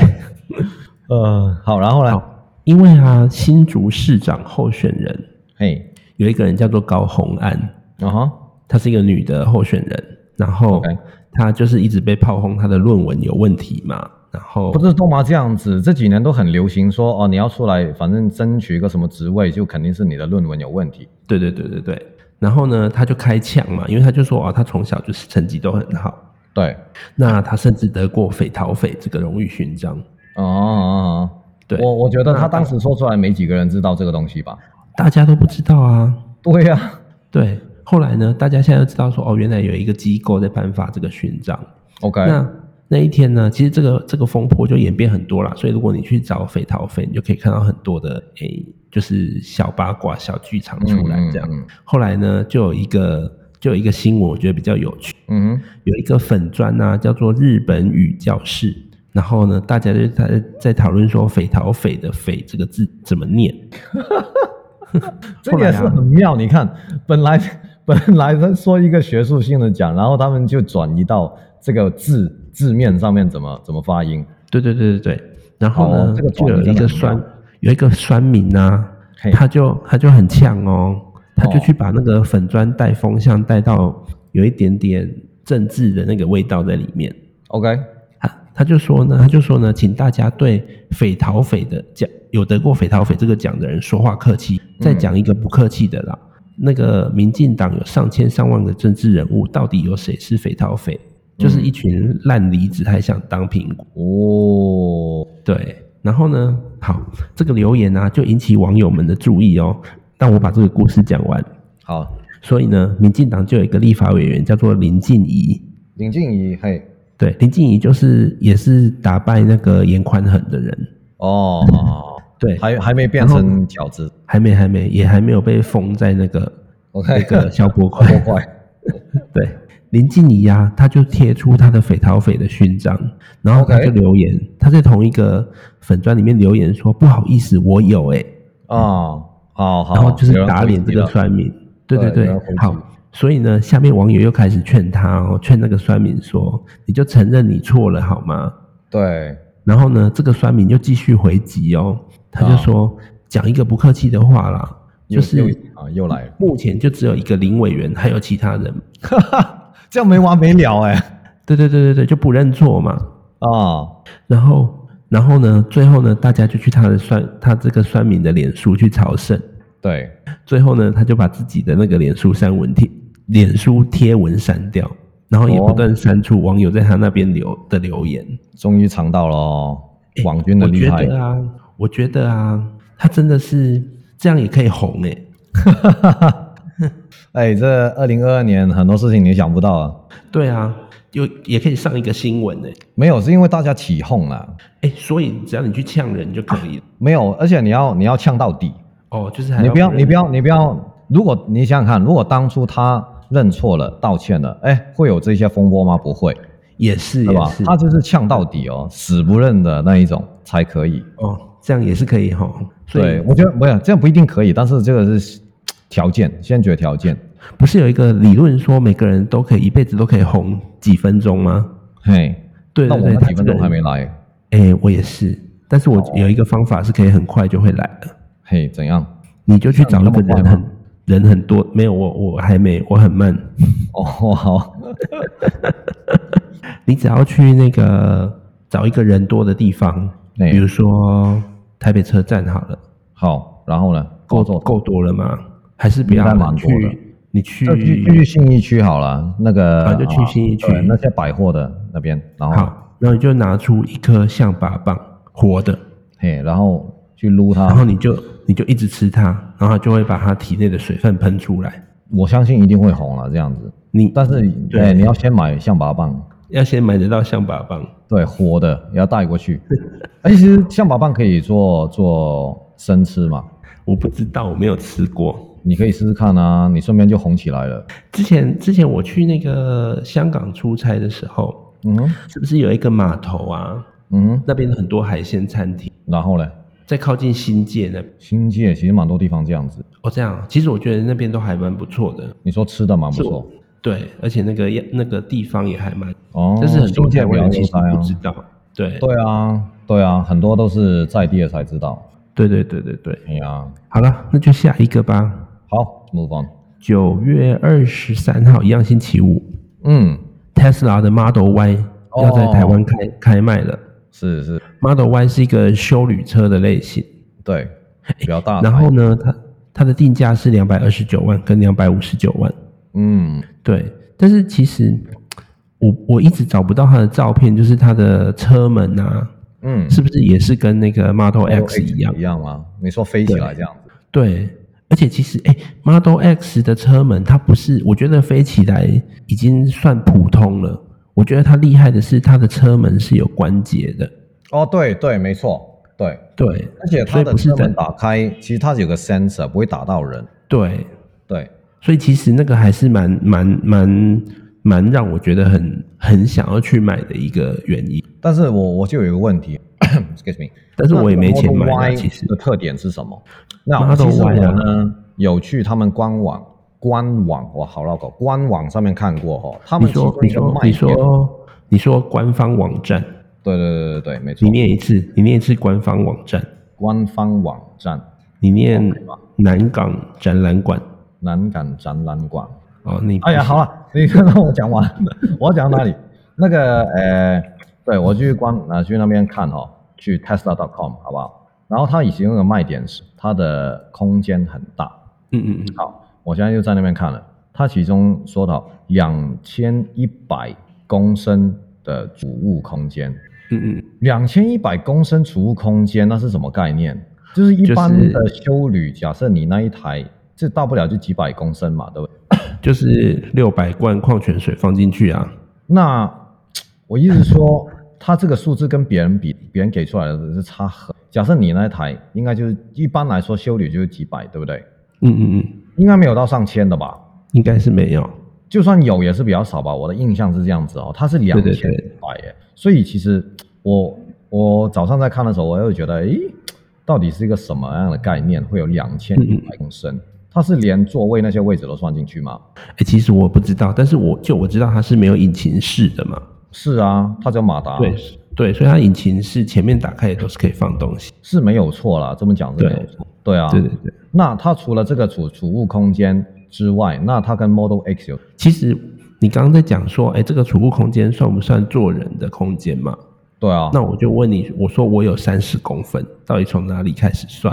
Speaker 2: 呃，好，然后呢？
Speaker 1: 好，因为啊，新竹市长候选人
Speaker 2: 嘿，
Speaker 1: 有一个人叫做高虹安，
Speaker 2: 啊哈，
Speaker 1: 她是一个女的候选人，然后
Speaker 2: OK
Speaker 1: 她就是一直被炮轰她的论文有问题嘛，然后
Speaker 2: 不是都嘛这样子，这几年都很流行说哦，你要出来，反正争取一个什么职位，就肯定是你的论文有问题。
Speaker 1: 对对对对对，然后呢，他就开枪嘛，因为他就说啊，他从小就是成绩都很好。
Speaker 2: 对，
Speaker 1: 那他甚至得过匪逃匪这个荣誉勋章。
Speaker 2: 哦哦哦，
Speaker 1: 对
Speaker 2: 我我觉得他当时说出来，没几个人知道这个东西吧？
Speaker 1: 大家都不知道啊。
Speaker 2: 对呀、啊、
Speaker 1: 对，后来呢，大家现在都知道说，哦，原来有一个机构在颁发这个勋章。
Speaker 2: ，OK，
Speaker 1: 那那一天呢，其实这个这个风波就演变很多啦，所以如果你去找匪逃匪，你就可以看到很多的诶就是小八卦、小剧场出来这样。
Speaker 2: 嗯嗯
Speaker 1: 后来呢，就有一个就有一个新闻，我觉得比较有趣，
Speaker 2: 嗯
Speaker 1: 有一个粉砖啊，叫做日本语教室。然后呢，大家就在在讨论说“匪逃匪”的“匪”这个字怎么念。
Speaker 2: 哼，这个也是
Speaker 1: 后来啊
Speaker 2: 很妙。你看，本来本来他说一个学术性的讲，然后他们就转移到这个字字面上面怎么怎么发音。
Speaker 1: 对对对对对。然后呢，
Speaker 2: 哦这个
Speaker 1: 就
Speaker 2: 转
Speaker 1: 有
Speaker 2: 移真
Speaker 1: 一
Speaker 2: 的
Speaker 1: 个
Speaker 2: 很
Speaker 1: 酸
Speaker 2: 妙
Speaker 1: 有一个酸民啊
Speaker 2: 嘿，
Speaker 1: 他就他就很呛哦，他就
Speaker 2: 哦
Speaker 1: 去把那个粉砖带风向带到有一点点政治的那个味道在里面。
Speaker 2: OK，
Speaker 1: 他他就说呢，他就说呢，请大家对“匪逃匪”的讲有得过“匪逃匪”这个奖的人说话客气，再
Speaker 2: 嗯
Speaker 1: 讲一个不客气的啦。那个民进党有上千上万的政治人物，到底有谁是“匪逃匪”？
Speaker 2: 嗯
Speaker 1: 就是一群烂梨子，还想当苹果。
Speaker 2: 哦，
Speaker 1: 对，然后呢，好，这个留言呢、啊就引起网友们的注意哦。让我把这个故事讲完。
Speaker 2: 好，
Speaker 1: 所以呢，民进党就有一个立法委员叫做林静怡，
Speaker 2: 林静怡，嘿，
Speaker 1: 对，林静怡就是也是打败那个严宽恒的人，
Speaker 2: 哦，
Speaker 1: 对，还
Speaker 2: 还还没变成饺子
Speaker 1: 还没还没也还没有被封在那个
Speaker 2: ，OK，
Speaker 1: 那个消波块。
Speaker 2: 破坏，
Speaker 1: 对，林静怡呀、她就贴出她的“匪逃匪”的勋章，然后她
Speaker 2: OK
Speaker 1: 就留言，她在同一个粉砖里面留言说：“不好意思，我有哎、欸
Speaker 2: 哦，好好，
Speaker 1: 然后就是
Speaker 2: 哦有人
Speaker 1: 打脸这
Speaker 2: 攻击
Speaker 1: 个
Speaker 2: 了
Speaker 1: 酸民。对对
Speaker 2: 对
Speaker 1: 对
Speaker 2: 有人攻，击
Speaker 1: 好。所以呢，下面网友又开始劝他哦，劝那个酸民说：“你就承认你错了好吗
Speaker 2: 对，？”
Speaker 1: 然后呢，这个酸民又继续回击哦，他
Speaker 2: 啊
Speaker 1: 就说：“讲一个不客气的话啦，
Speaker 2: 又
Speaker 1: 就是
Speaker 2: 又啊又来了，
Speaker 1: 目前就只有一个林委员，还有其他人，
Speaker 2: 这样没完没了哎、
Speaker 1: 对对对对对，就不认错嘛。
Speaker 2: 哦，
Speaker 1: 然后，然后呢，最后呢，大家就去他的酸，他这个酸民的脸书去朝圣。
Speaker 2: 对，
Speaker 1: 最后呢，他就把自己的那个脸书删文贴，脸书贴文删掉，然后也
Speaker 2: 哦
Speaker 1: 不断删除网友在他那边留的留言。
Speaker 2: 终于尝到了哦网军的
Speaker 1: 我
Speaker 2: 厉
Speaker 1: 觉
Speaker 2: 害，
Speaker 1: 得啊，我觉得啊，他真的是这样也可以红欸诶、
Speaker 2: 哎，这二零二二年很多事情你想不到啊，
Speaker 1: 对啊，就也可以上一个新闻诶、
Speaker 2: 没有是因为大家起哄了，
Speaker 1: 哎、所以只要你去呛人就可以了。
Speaker 2: 没有，而且你要你要呛到底，
Speaker 1: 哦，就是还
Speaker 2: 啊你不要，你不
Speaker 1: 要
Speaker 2: 要，你不要。如果你想想看，如果当初他认错了、道歉了，哎，会有这些风波吗？不会，
Speaker 1: 认也是
Speaker 2: 对
Speaker 1: 也
Speaker 2: 吧
Speaker 1: 是？
Speaker 2: 他就是呛到底哦，死不认的那一种才可以。
Speaker 1: 哦，这样也是可以红。所以
Speaker 2: 对，我觉得不是这样不一定可以，但是这个是条件，先决条件。
Speaker 1: 不是有一个理论说每个人都可以一辈子都可以红几分钟吗？
Speaker 2: 嘿，
Speaker 1: 对
Speaker 2: 那
Speaker 1: 对
Speaker 2: 我
Speaker 1: 对，
Speaker 2: 们
Speaker 1: 他
Speaker 2: 几
Speaker 1: 这
Speaker 2: 分
Speaker 1: 个
Speaker 2: 钟
Speaker 1: 人
Speaker 2: 还没来，
Speaker 1: 哎、我也是，但是我
Speaker 2: 哦
Speaker 1: 有一个方法是可以很快就会来的，
Speaker 2: 嘿，怎样？
Speaker 1: 你就去找那个
Speaker 2: 那
Speaker 1: 人
Speaker 2: 你那么快吗
Speaker 1: 很人很多，没有我我还没我很慢，
Speaker 2: 哦，好，
Speaker 1: 你只要去那个找一个人多的地方，
Speaker 2: 哎
Speaker 1: 比如说台北车站好了，
Speaker 2: 好，然后呢？
Speaker 1: 够
Speaker 2: 做
Speaker 1: 够多了吗？还是不要
Speaker 2: 应该蛮
Speaker 1: 你
Speaker 2: 多的
Speaker 1: 去你去
Speaker 2: 就呃去就去信义区好了，那个
Speaker 1: 啊就去信义区
Speaker 2: 对那些百货的那边，然后
Speaker 1: 好，然后你就拿出一颗象拔蚌活的，
Speaker 2: 嘿，然后去撸它
Speaker 1: 然，后你就你就一直吃它，然后它就会把它体内的水分喷出来。
Speaker 2: 我相信一定会红了这样子。
Speaker 1: 你
Speaker 2: 但是，
Speaker 1: 对
Speaker 2: 哎，你要先买象拔蚌，
Speaker 1: 要先买得到象拔蚌，
Speaker 2: 对，活的也要带 过去。哎，其实象拔蚌可以做做生吃嘛，
Speaker 1: 我不知道，我没有吃过。
Speaker 2: 你可以试试看啊，你顺便就红起来了。
Speaker 1: 之前之前我去那个香港出差的时候，
Speaker 2: 嗯哼
Speaker 1: 是不是有一个码头啊？
Speaker 2: 嗯哼，
Speaker 1: 那边很多海鲜餐厅，
Speaker 2: 然后呢，
Speaker 1: 在靠近新界那边
Speaker 2: 新界其实蛮多地方这样子。
Speaker 1: 哦，这样啊，其实我觉得那边都还蛮不错的，
Speaker 2: 你说吃的蛮不
Speaker 1: 是
Speaker 2: 错
Speaker 1: 我对，而且那个那个地方也还蛮，
Speaker 2: 哦，
Speaker 1: 但是很多
Speaker 2: 新界
Speaker 1: 台
Speaker 2: 比
Speaker 1: 湾
Speaker 2: 较
Speaker 1: 人其实
Speaker 2: 悠哉
Speaker 1: 不
Speaker 2: 啊
Speaker 1: 知道，对
Speaker 2: 对啊，对啊，很多都是在地的才知道。
Speaker 1: 对对对对对，
Speaker 2: 哎呀，
Speaker 1: 好了，那就下一个吧。
Speaker 2: 好，move on。
Speaker 1: 九月二十三号，一样星期五
Speaker 2: 嗯，
Speaker 1: ，Tesla 的 Model Y
Speaker 2: 哦
Speaker 1: 要在台湾开、开卖了。
Speaker 2: 是是，
Speaker 1: Model Y 是一个休旅车的类型，
Speaker 2: 对，比较大。
Speaker 1: 然后，呢，
Speaker 2: 哎
Speaker 1: 它它的定价是两百二十九万跟两百五十九万。
Speaker 2: 嗯，
Speaker 1: 对，但是其实我我一直找不到它的照片，就是它的车门啊，
Speaker 2: 嗯，
Speaker 1: 是不是也是跟那个 Model
Speaker 2: Model
Speaker 1: X 一样
Speaker 2: 一？样吗？你说飞起来这样子，
Speaker 1: 对，而且其实哎、m o d e l X 的车门它不是，我觉得飞起来已经算普通了。我觉得它厉害的是它的车门是有关节的，
Speaker 2: 哦，对对，没错，对，
Speaker 1: 对
Speaker 2: 而且
Speaker 1: 所
Speaker 2: 它
Speaker 1: 以
Speaker 2: 的
Speaker 1: 不是
Speaker 2: 车
Speaker 1: 在
Speaker 2: 门打开，其实它有个 sensor 不会打到人。
Speaker 1: 对，
Speaker 2: 对，
Speaker 1: 所以其实那个还是蛮蛮蛮蛮让我觉得很很想要去买的一个原因，
Speaker 2: 但是我我就有一个问题 ，excuse me，
Speaker 1: 但是我也没钱买
Speaker 2: 那
Speaker 1: 啊。
Speaker 2: Y
Speaker 1: 其实
Speaker 2: 的特点是什么？那
Speaker 1: Model
Speaker 2: 其实我
Speaker 1: Y 啊
Speaker 2: 呢有去他们官网，官网我好绕口，官网上面看过哈，他们
Speaker 1: 你
Speaker 2: 其中
Speaker 1: 说
Speaker 2: 一
Speaker 1: 你
Speaker 2: 个
Speaker 1: 说
Speaker 2: 卖
Speaker 1: 你
Speaker 2: 点，
Speaker 1: 说你说官方网站，
Speaker 2: 对对对对对，没错
Speaker 1: 你，念一次，你念一次官方网站，
Speaker 2: 官方网站
Speaker 1: 你念
Speaker 2: OK 吧
Speaker 1: 南港展览馆
Speaker 2: 南港展览馆。
Speaker 1: 哦，你
Speaker 2: 哎呀，好了，你看到我讲完了，我要讲哪里？ 那个呃，对我去官呃去那边看哦，去 Tesla.com 好不好？然后它以前有个卖点是它的空间很大，
Speaker 1: 嗯嗯嗯，
Speaker 2: 好，我现在又在那边看了，它其中说到两千一百公升的储物空间，
Speaker 1: 嗯嗯，
Speaker 2: 两千一百公升储物空间那是什么概念？就是一般
Speaker 1: 就是
Speaker 2: 的修旅，假设你那一台这到不了就几百公升嘛，对不对？
Speaker 1: 就是六百罐矿泉水放进去啊，
Speaker 2: 那我意思说，它这个数字跟别人比，别人给出来的是差很。假设你那一台应该就是一般来说修旅就是几百，对不对？
Speaker 1: 嗯嗯嗯，
Speaker 2: 应该没有到上千的吧？
Speaker 1: 应该是没有，
Speaker 2: 就算有也是比较少吧，我的印象是这样子哦，它是两
Speaker 1: 对
Speaker 2: 千
Speaker 1: 对
Speaker 2: 百耶，所以其实我我早上在看的时候，我又觉得，诶，到底是一个什么样的概念会有两千一百公升？它是连座位那些位置都算进去吗？
Speaker 1: 哎、其实我不知道，但是我就我知道它是没有引擎室的嘛，
Speaker 2: 是啊，它叫马达，
Speaker 1: 对对，所以它引擎室前面打开也都是可以放东西，
Speaker 2: 是没有错啦，这么讲是没有错，对啊，
Speaker 1: 对对对。
Speaker 2: 那它除了这个储储物空间之外，那它跟 Model X 有
Speaker 1: 其实你刚刚在讲说，哎、这个储物空间算不算做人的空间嘛？
Speaker 2: 对啊，
Speaker 1: 那我就问你，我说我有三十公分，到底从哪里开始算？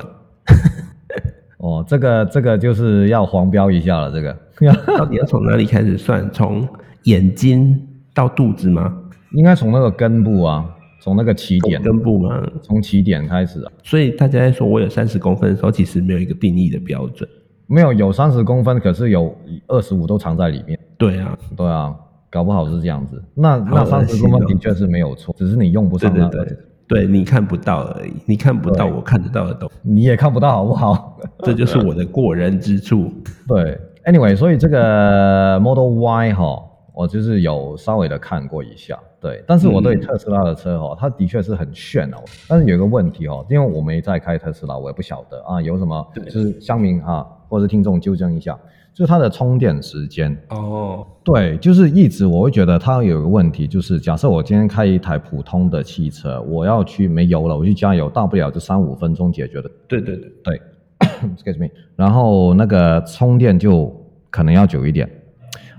Speaker 2: 哦，这个这个就是要黄标一下了，这个。
Speaker 1: 到底要从哪里开始算？从眼睛到肚子吗？
Speaker 2: 应该从那个根部啊，从那个起点，
Speaker 1: 根部吗？
Speaker 2: 从起点开始啊。
Speaker 1: 所以大家在说我有三十公分的时候，其实没有一个定义的标准。
Speaker 2: 没有有三十公分，可是有二十五都藏在里面。
Speaker 1: 对啊，
Speaker 2: 对啊，搞不好是这样子。那
Speaker 1: 好
Speaker 2: 那
Speaker 1: 恶
Speaker 2: 三十
Speaker 1: 心
Speaker 2: 公分
Speaker 1: 哦
Speaker 2: 的确是没有错，只是你用不
Speaker 1: 对
Speaker 2: 上
Speaker 1: 对
Speaker 2: 那
Speaker 1: 对
Speaker 2: 个，，
Speaker 1: 对你看不到而已，你看不到
Speaker 2: 对
Speaker 1: 我看得到的东西，
Speaker 2: 你也看不到，好不 好？
Speaker 1: 这就是我的过人之处。
Speaker 2: 对，anyway，所以这个 Model Y 哈，我就是有稍微的看过一下，对，但是我对
Speaker 1: 嗯
Speaker 2: 特斯拉的车哈，它的确是很炫哦，但是有一个问题哦，因为我没在开特斯拉，我也不晓得啊，有什么就是乡民啊或者听众纠正一下，就是它的充电时间，
Speaker 1: 哦，
Speaker 2: 对，就是一直我会觉得它有一个问题，就是假设我今天开一台普通的汽车，我要去没油了，我去加油，大不了就三五分钟解决的
Speaker 1: 对对对，
Speaker 2: 对，excuse me，然后那个充电就可能要久一点，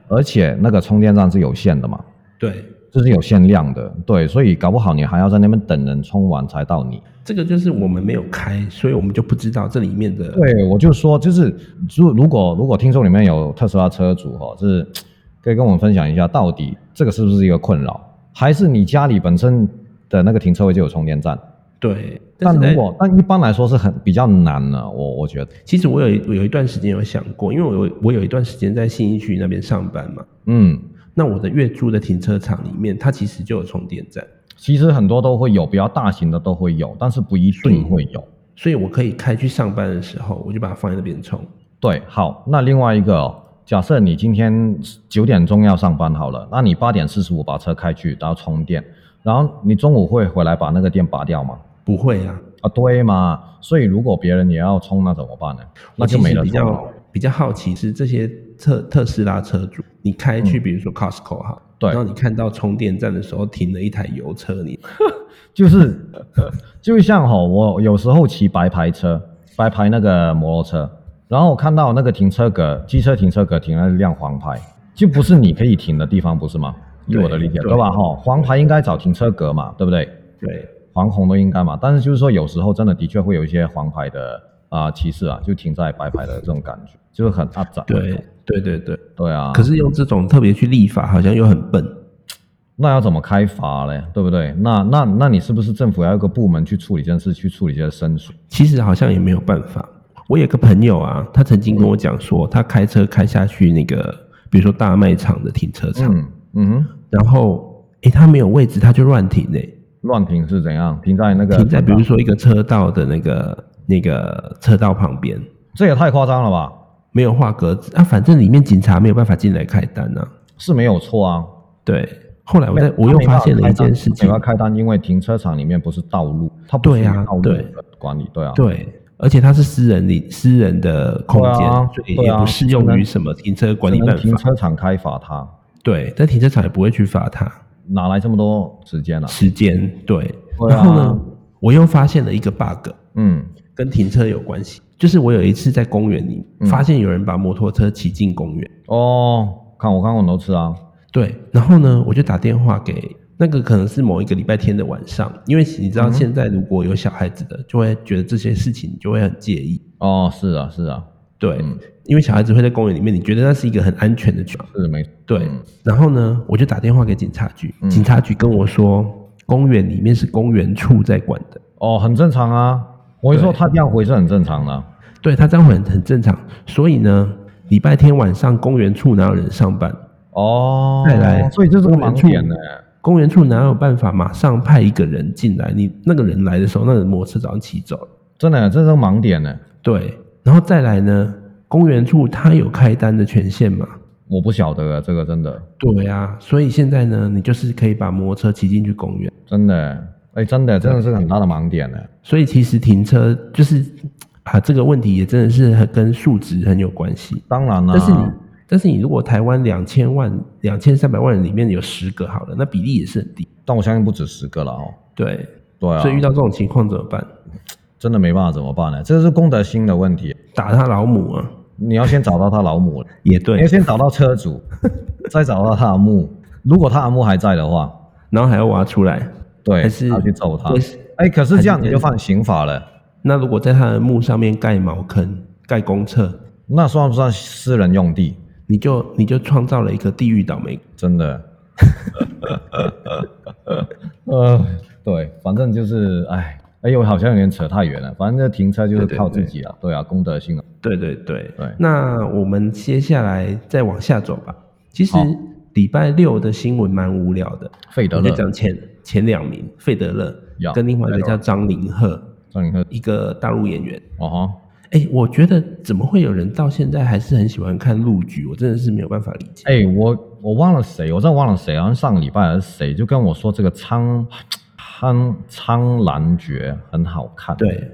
Speaker 2: 而且那个充电站是有限的嘛，
Speaker 1: 对，
Speaker 2: 这是有限量的，对，所以搞不好你还要在那边等人充完才到你。
Speaker 1: 这个就是我们没有开，所以我们就不知道这里面的。
Speaker 2: 对，我就说就是，如如果如果听众里面有特斯拉车主哈、哦，就是可以跟我们分享一下，到底这个是不是一个困扰，还是你家里本身的那个停车位就有充电站？
Speaker 1: 对，
Speaker 2: 但
Speaker 1: 是在哎
Speaker 2: 如果但一般来说是很比较难的，我我觉得，
Speaker 1: 其实我有一我有一段时间有想过，因为我有我有一段时间在信义区那边上班嘛，
Speaker 2: 嗯，
Speaker 1: 那我的月租的停车场里面，它其实就有充电站，
Speaker 2: 其实很多都会有，比较大型的都会有，但是不一定会有。
Speaker 1: 所以我可以开去上班的时候，我就把它放在那边充。
Speaker 2: 对，好，那另外一个、哦，假设你今天九点钟要上班好了，那你八点四十五把车开去，然后充电，然后你中午会回来把那个电拔掉吗？
Speaker 1: 不会啊，
Speaker 2: 啊，对嘛，所以如果别人也要充，那怎么办呢？那
Speaker 1: 我
Speaker 2: 就
Speaker 1: 其
Speaker 2: 没
Speaker 1: 实
Speaker 2: 了
Speaker 1: 比
Speaker 2: 充了。
Speaker 1: 较比较好奇是这些特特斯拉车主，你开去比如说 Costco 哈，
Speaker 2: 嗯对
Speaker 1: 然后你看到充电站的时候停了一台油车，你
Speaker 2: 就是， 就像吼，我有时候骑白牌车，白牌那个摩托车，然后看到那个停车格，机车停车格停了一辆黄牌，就不是你可以停的地方，不是吗？以
Speaker 1: 对
Speaker 2: 我的理解，
Speaker 1: 对
Speaker 2: 对吧？哈，黄牌应该找停车格嘛，对不对？
Speaker 1: 对
Speaker 2: 黄红都应该嘛，但是就是说有时候真的的确会有一些黄牌的啊、歧视啊，就停在白牌的这种感觉，就是很阿杂。
Speaker 1: 对对对对，
Speaker 2: 对啊，
Speaker 1: 可是用这种特别去立法，好像又很笨。
Speaker 2: 那要怎么开发嘞？对不对？那那那你是不是政府要有个部门去处理这件事，去处理这些申诉？
Speaker 1: 其实好像也没有办法。我有个朋友啊，他曾经跟我讲说，他开车开下去那个，比如说大卖场的停车场，
Speaker 2: 嗯嗯哼
Speaker 1: 然后诶他没有位置，他就乱停诶、
Speaker 2: 乱停是怎样？停在那个
Speaker 1: 停在比如说一个车道的那个那个车道旁边，
Speaker 2: 这也太夸张了吧？
Speaker 1: 没有画格子啊，反正里面警察没有办法进来开单啊。
Speaker 2: 是没有错啊。
Speaker 1: 对，后来我在我又发现了一件事情
Speaker 2: 要，开单，因为停车场里面不是道路，它不是
Speaker 1: 对啊
Speaker 2: 道路
Speaker 1: 对
Speaker 2: 的管理，对啊，
Speaker 1: 对，而且它是私人里私人的空
Speaker 2: 对
Speaker 1: 间，
Speaker 2: 啊
Speaker 1: 所以
Speaker 2: 对
Speaker 1: 也
Speaker 2: 啊
Speaker 1: 不适用于什么停车管理
Speaker 2: 只能
Speaker 1: 办
Speaker 2: 停
Speaker 1: 法。
Speaker 2: 车场开罚它，
Speaker 1: 对，但停车场也不会去罚他
Speaker 2: 哪来这么多时间啊？
Speaker 1: 时间。对，
Speaker 2: 对啊
Speaker 1: 然后呢，我又发现了一个 bug，
Speaker 2: 嗯，
Speaker 1: 跟停车有关系。就是我有一次在公园里
Speaker 2: 嗯
Speaker 1: 发现有人把摩托车骑进公园，
Speaker 2: 哦，看我看过很多次啊，
Speaker 1: 对，然后呢，我就打电话给那个可能是某一个礼拜天的晚上，因为你
Speaker 2: 嗯
Speaker 1: 知道现在如果有小孩子的，就会觉得这些事情就会很介意，
Speaker 2: 哦，是啊，是啊，
Speaker 1: 对，
Speaker 2: 嗯
Speaker 1: 因为小孩子会在公园里面，你觉得那是一个很安全的区，
Speaker 2: 是没
Speaker 1: 对。
Speaker 2: 嗯
Speaker 1: 然后呢，我就打电话给警察局，警察局跟我说，公园里面是公园处在管的，
Speaker 2: 哦，很正常啊。我会说
Speaker 1: 对
Speaker 2: 他这样回是很正常的啊，
Speaker 1: 对他这样很很正常，所以呢，礼拜天晚上公园处哪有人上班？
Speaker 2: 哦，
Speaker 1: 再来
Speaker 2: 所以这是个盲点呢、
Speaker 1: 公园处哪有办法马上派一个人进来？你那个人来的时候，那个摩托车早上骑走了。
Speaker 2: 真的，这是个盲点呢、
Speaker 1: 对，然后再来呢，公园处它有开单的权限嘛？
Speaker 2: 我不晓得啊，这个真的，
Speaker 1: 对啊，所以现在呢，你就是可以把摩托车骑进去公园。
Speaker 2: 真的，哎，真的，真的是个很大的盲点呢、
Speaker 1: 所以其实停车就是啊，这个问题也真的是很跟数值很有关系。
Speaker 2: 当然啦、
Speaker 1: 但是你，但是你如果台湾两千万、两千三百万人里面有十个好了，那比例也是很低。
Speaker 2: 但我相信不止十个了哦。
Speaker 1: 对，
Speaker 2: 对啊，
Speaker 1: 所以遇到这种情况怎么办？
Speaker 2: 真的没办法怎么办呢？这是公德心的问题，
Speaker 1: 打他老母啊！
Speaker 2: 你要先找到他老母，
Speaker 1: 也
Speaker 2: 你
Speaker 1: 对
Speaker 2: 要，先找到 车主，再找到他阿木。如果他阿木还在的话，
Speaker 1: 然后还要挖出来。
Speaker 2: 对，
Speaker 1: 还是
Speaker 2: 要去揍他
Speaker 1: 对是。
Speaker 2: 哎，可是这样你就犯刑法了，
Speaker 1: 那如果在他的墓上面盖茅坑、盖公厕，
Speaker 2: 那算不算私人用地？
Speaker 1: 你就你就创造了一个地狱倒霉。
Speaker 2: 真的。 呃，对，反正就是，哎，哎呦，好像有点扯太远了。反正这停车就是靠自己了，对啊，公德心啊，
Speaker 1: 对对对。
Speaker 2: 对
Speaker 1: 那我们接下来再往下走吧。其实
Speaker 2: 好
Speaker 1: 礼拜六的新闻蛮无聊的，
Speaker 2: 费德
Speaker 1: 我就
Speaker 2: 勒，
Speaker 1: 讲前前两名，费德勒
Speaker 2: 呀
Speaker 1: 跟另外一个叫张凌赫，
Speaker 2: 张你看，
Speaker 1: 一个大陆演员。
Speaker 2: 哦哈，
Speaker 1: 哎，我觉得怎么会有人到现在还是很喜欢看陆剧？我真的是没有办法理解。
Speaker 2: 哎，我我忘了谁，我真的忘了谁，好像上个礼拜还是谁就跟我说这个苍苍苍兰诀很好看，，
Speaker 1: 对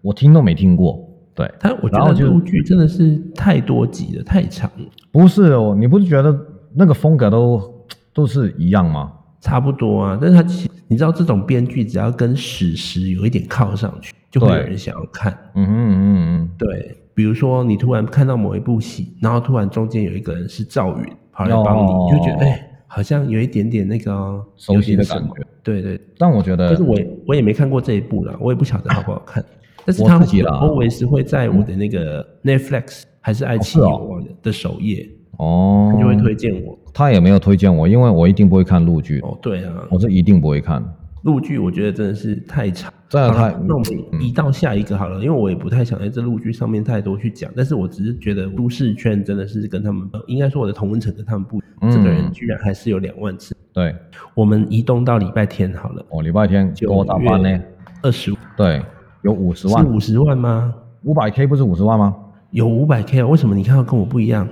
Speaker 2: 我听都没听过，对，
Speaker 1: 他，我觉
Speaker 2: 然
Speaker 1: 得
Speaker 2: 后就
Speaker 1: 陆剧真的是太多集了，太长了，
Speaker 2: 不是哦，你不是觉得那个风格都都是一样吗？
Speaker 1: 差不多啊。但是他其你知道，这种编剧只要跟史实有一点靠上去，就会有
Speaker 2: 对
Speaker 1: 人想要看。
Speaker 2: 嗯哼嗯哼
Speaker 1: 对，比如说你突然看到某一部戏，然后突然中间有一个人是赵云跑来帮你，
Speaker 2: 哦
Speaker 1: 你就觉得哎、好像有一点点那个哦
Speaker 2: 熟悉
Speaker 1: 有
Speaker 2: 的
Speaker 1: 点什么
Speaker 2: 感觉
Speaker 1: 对对，
Speaker 2: 嗯，但我觉得
Speaker 1: 但是我也我也没看过这一部啦，我也不晓得好不好看。但是
Speaker 2: 我
Speaker 1: 它
Speaker 2: 自己啦嗯
Speaker 1: always 会在我的那个 Netflix 还是爱奇艺
Speaker 2: 哦是哦
Speaker 1: 我忘了的首页，
Speaker 2: 哦，
Speaker 1: 它就会推荐我。
Speaker 2: 他也没有推荐我，因为我一定不会看陆剧，
Speaker 1: 哦，对啊，
Speaker 2: 我是一定不会看，
Speaker 1: 陆剧我觉得真的是太长。
Speaker 2: 真的
Speaker 1: 好
Speaker 2: 太嗯
Speaker 1: 了那我们移到下一个好了，因为我也不太想在这陆剧上面太多去讲，但是我只是觉得都市圈真的是跟他们，呃应该说我的同温层跟他们不，
Speaker 2: 嗯
Speaker 1: 这个人居然还是有两万次。
Speaker 2: 对。
Speaker 1: 我们移动到礼拜天好了，
Speaker 2: 我礼拜天给我打班呢，
Speaker 1: 二十五
Speaker 2: 对，有五十
Speaker 1: 是
Speaker 2: 万，
Speaker 1: 五十万吗？
Speaker 2: 五百 K 不是五十万吗？
Speaker 1: 有五百 K 啊？为什么你看到跟我不一样？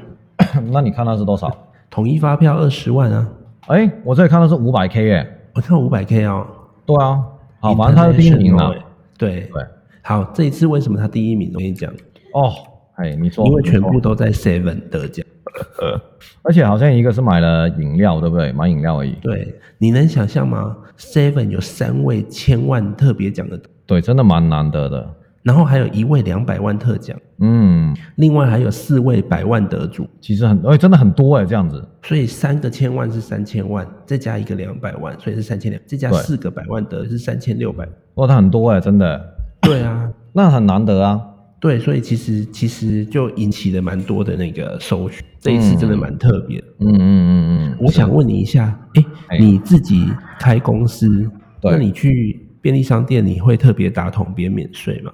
Speaker 2: 那你看到是多少？
Speaker 1: 统一发票二十万啊！
Speaker 2: 哎，我这里看到是五百 K 哎，
Speaker 1: 我看五百 K 哦，
Speaker 2: 对啊，好，反正他是第一啊名了
Speaker 1: International，欸。对，
Speaker 2: 对，
Speaker 1: 好，这一次为什么他第一名？我跟你讲，
Speaker 2: 哦，哎，你说，
Speaker 1: 因为全部
Speaker 2: 你说，
Speaker 1: 都在 Seven 得奖。
Speaker 2: 而且好像一个是买了饮料，对不对？买饮料而已，
Speaker 1: 对，你能想象吗？Seven 有三位千万特别奖的，
Speaker 2: 对，真的蛮难得的，
Speaker 1: 然后还有一位两百万特奖，
Speaker 2: 嗯，
Speaker 1: 另外还有四位百万得主，
Speaker 2: 其实很，哎，真的很多哎，这样子，
Speaker 1: 所以三个千万是三千万，再加一个两百万，所以是三千两，再加
Speaker 2: 对
Speaker 1: 四个百万得是三千六百。
Speaker 2: 哇，他很多哎，真的，
Speaker 1: 对啊，
Speaker 2: 那很难得啊，
Speaker 1: 对，所以其实其实就引起了蛮多的那个搜寻，这一次真的蛮特别的。
Speaker 2: 嗯嗯嗯嗯，
Speaker 1: 我想问你一下，哎、
Speaker 2: 哎
Speaker 1: 你自己开公司，
Speaker 2: 对
Speaker 1: 那你去便利商店，你会特别打桶边免税吗？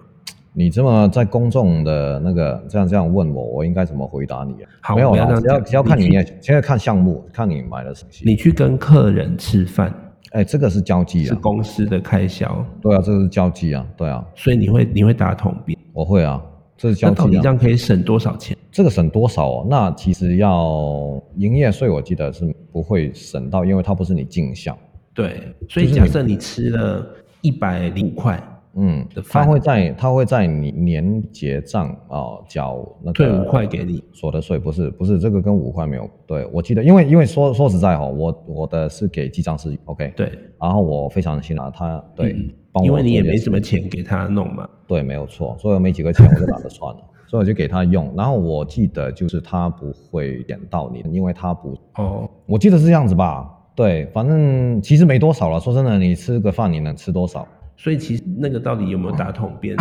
Speaker 2: 你这么在公众的那个这样这样问我，我应该怎么回答你、啊？
Speaker 1: 好
Speaker 2: 没有
Speaker 1: 不要这样
Speaker 2: 啦，只要
Speaker 1: 讲
Speaker 2: 只要看
Speaker 1: 你
Speaker 2: 你，现在看项目，看你买了什么东西。
Speaker 1: 你去跟客人吃饭，
Speaker 2: 哎，这个是交际
Speaker 1: 是
Speaker 2: 啊，
Speaker 1: 公司的开销，
Speaker 2: 对啊，这个是交际啊，对啊，
Speaker 1: 所以你会你会打统编，
Speaker 2: 我会啊，这是
Speaker 1: 那
Speaker 2: 交
Speaker 1: 到底
Speaker 2: 际
Speaker 1: 这
Speaker 2: 啊。
Speaker 1: 样可以省多少钱？
Speaker 2: 这个省多少哦？那其实要营业税，我记得是不会省到，因为它不是你进项。
Speaker 1: 对，所以
Speaker 2: 就是
Speaker 1: 假
Speaker 2: 你
Speaker 1: 设你吃了一百零五块，
Speaker 2: 嗯
Speaker 1: 的，
Speaker 2: 它
Speaker 1: 饭
Speaker 2: 会在它会在你年结账啊、缴那个
Speaker 1: 退五块给你，
Speaker 2: 所得税，不是不是这个跟五块没有。对我记得，因为因为说说实在哈、我我的是给记账师 OK，
Speaker 1: 对，
Speaker 2: 然后我非常欣赏他对、
Speaker 1: 嗯
Speaker 2: 帮我
Speaker 1: 因为你也
Speaker 2: 做这
Speaker 1: 没
Speaker 2: 件事
Speaker 1: 什么钱给他弄嘛，
Speaker 2: 对，没有错，所以我没几个钱我就懒得算 了，所以我就给他用。然后我记得就是他不会点到你，因为他不
Speaker 1: 哦，
Speaker 2: 我记得是这样子吧？对，反正其实没多少了。说真的，你吃个饭你能吃多少？
Speaker 1: 所以其实那个到底有没有打统 编？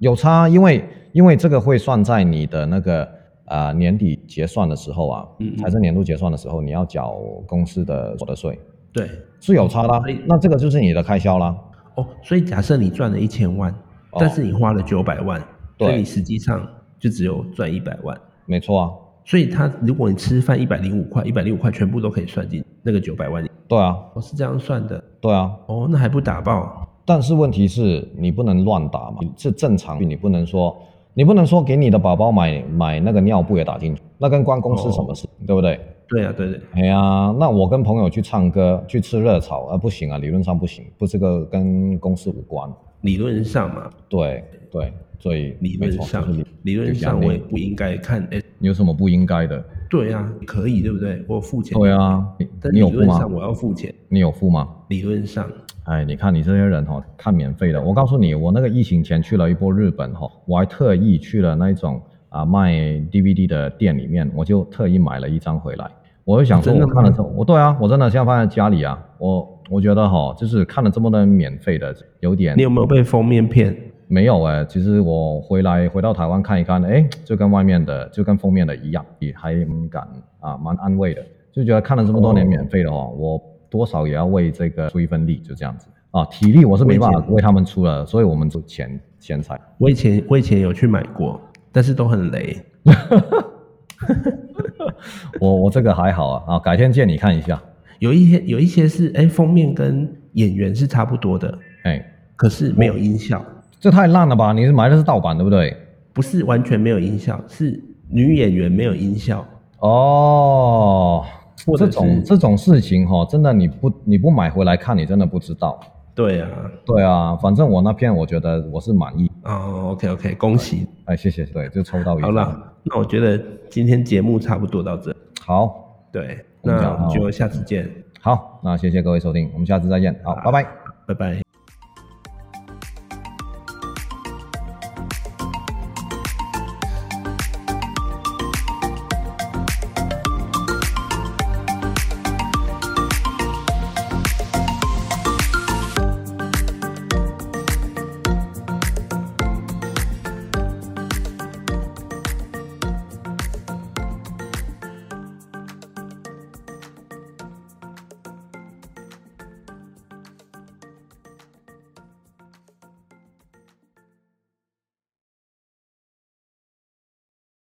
Speaker 2: 有差，因为因为这个会算在你的那个啊、呃年底结算的时候啊，
Speaker 1: 嗯嗯
Speaker 2: 财政年度结算的时候，你要缴公司的所得税，
Speaker 1: 对，
Speaker 2: 是有差的啊
Speaker 1: 所以。
Speaker 2: 那这个就是你的开销啦。
Speaker 1: 哦，所以假设你赚了一千万，
Speaker 2: 哦
Speaker 1: 但是你花了九百万，
Speaker 2: 对
Speaker 1: 所以你实际上就只有赚一百万。
Speaker 2: 没错啊，
Speaker 1: 所以他如果你吃饭一百零五块，一百零五块全部都可以算进那个九百万里，
Speaker 2: 对啊，
Speaker 1: 我、哦是这样算的。
Speaker 2: 对啊。
Speaker 1: 哦，那还不打爆？
Speaker 2: 但是问题是你不能乱打嘛，你是正常，你不能说你不能说给你的宝宝买买那个尿布也打进去，那跟关公司什
Speaker 1: 哦
Speaker 2: 么事，对不对？
Speaker 1: 对啊，对对，
Speaker 2: 哎呀，那我跟朋友去唱歌，去吃热炒，啊，不行啊，理论上不行，不，这个跟公司无关。
Speaker 1: 理论上嘛，
Speaker 2: 对对，所以
Speaker 1: 理
Speaker 2: 没
Speaker 1: 论
Speaker 2: 错
Speaker 1: 上
Speaker 2: 就是理，
Speaker 1: 理论上我也不应该看。哎，
Speaker 2: 你有什么不应该的？
Speaker 1: 对啊，可以对不对？我付钱。
Speaker 2: 对，啊，你
Speaker 1: 但
Speaker 2: 你
Speaker 1: 理
Speaker 2: 有付
Speaker 1: 论
Speaker 2: 吗
Speaker 1: 上？我要付钱。
Speaker 2: 你有付吗？
Speaker 1: 理论上，
Speaker 2: 哎，你看你这些人哦，看免费的。我告诉你，我那个疫情前去了一波日本哈、哦，我还特意去了那种啊卖 DVD 的店里面，我就特意买了一张回来。我就想说，
Speaker 1: 哦真的
Speaker 2: 我
Speaker 1: 吗
Speaker 2: 看了这，我对啊，我真的现在放在家里啊，我我觉得哈、就是看了这么多免费的，有点
Speaker 1: 你有没有被封面骗？
Speaker 2: 没有哎、其实我回来回到台湾看一看，哎，就跟外面的就跟封面的一样，也还蛮感啊，蛮安慰的，就觉得看了这么多年
Speaker 1: 哦
Speaker 2: 免费的哦，我多少也要为这个出一份力，就这样子
Speaker 1: 嗯
Speaker 2: 啊，体力我是没办法
Speaker 1: 我也觉
Speaker 2: 为他们出了，所以我们就钱钱财，
Speaker 1: 我以前我以前有去买过，但是都很雷。
Speaker 2: 我我这个还好啊啊，改天借你看一下，
Speaker 1: 有一些有一些是哎封面跟演员是差不多的，
Speaker 2: 哎，
Speaker 1: 可是没有音效，
Speaker 2: 这太烂了吧？你是买的是盗版对不对？
Speaker 1: 不是完全没有音效，是女演员没有音效。
Speaker 2: 哦，
Speaker 1: 或者
Speaker 2: 这
Speaker 1: 是
Speaker 2: 种这种事情哈、哦，真的你不你不买回来看，你真的不知道。
Speaker 1: 对啊，
Speaker 2: 对啊，反正我那片我觉得我是满意。
Speaker 1: 哦，OK OK，恭喜。
Speaker 2: 哎，谢谢，对，就抽到一
Speaker 1: 好
Speaker 2: 张。
Speaker 1: 了，那我觉得今天节目差不多到这，
Speaker 2: 好，
Speaker 1: 对，
Speaker 2: 我们
Speaker 1: 那
Speaker 2: 讲
Speaker 1: 我们就下次见，
Speaker 2: 好，那谢谢各位收听，我们下次再见，好，拜拜。
Speaker 1: 拜拜。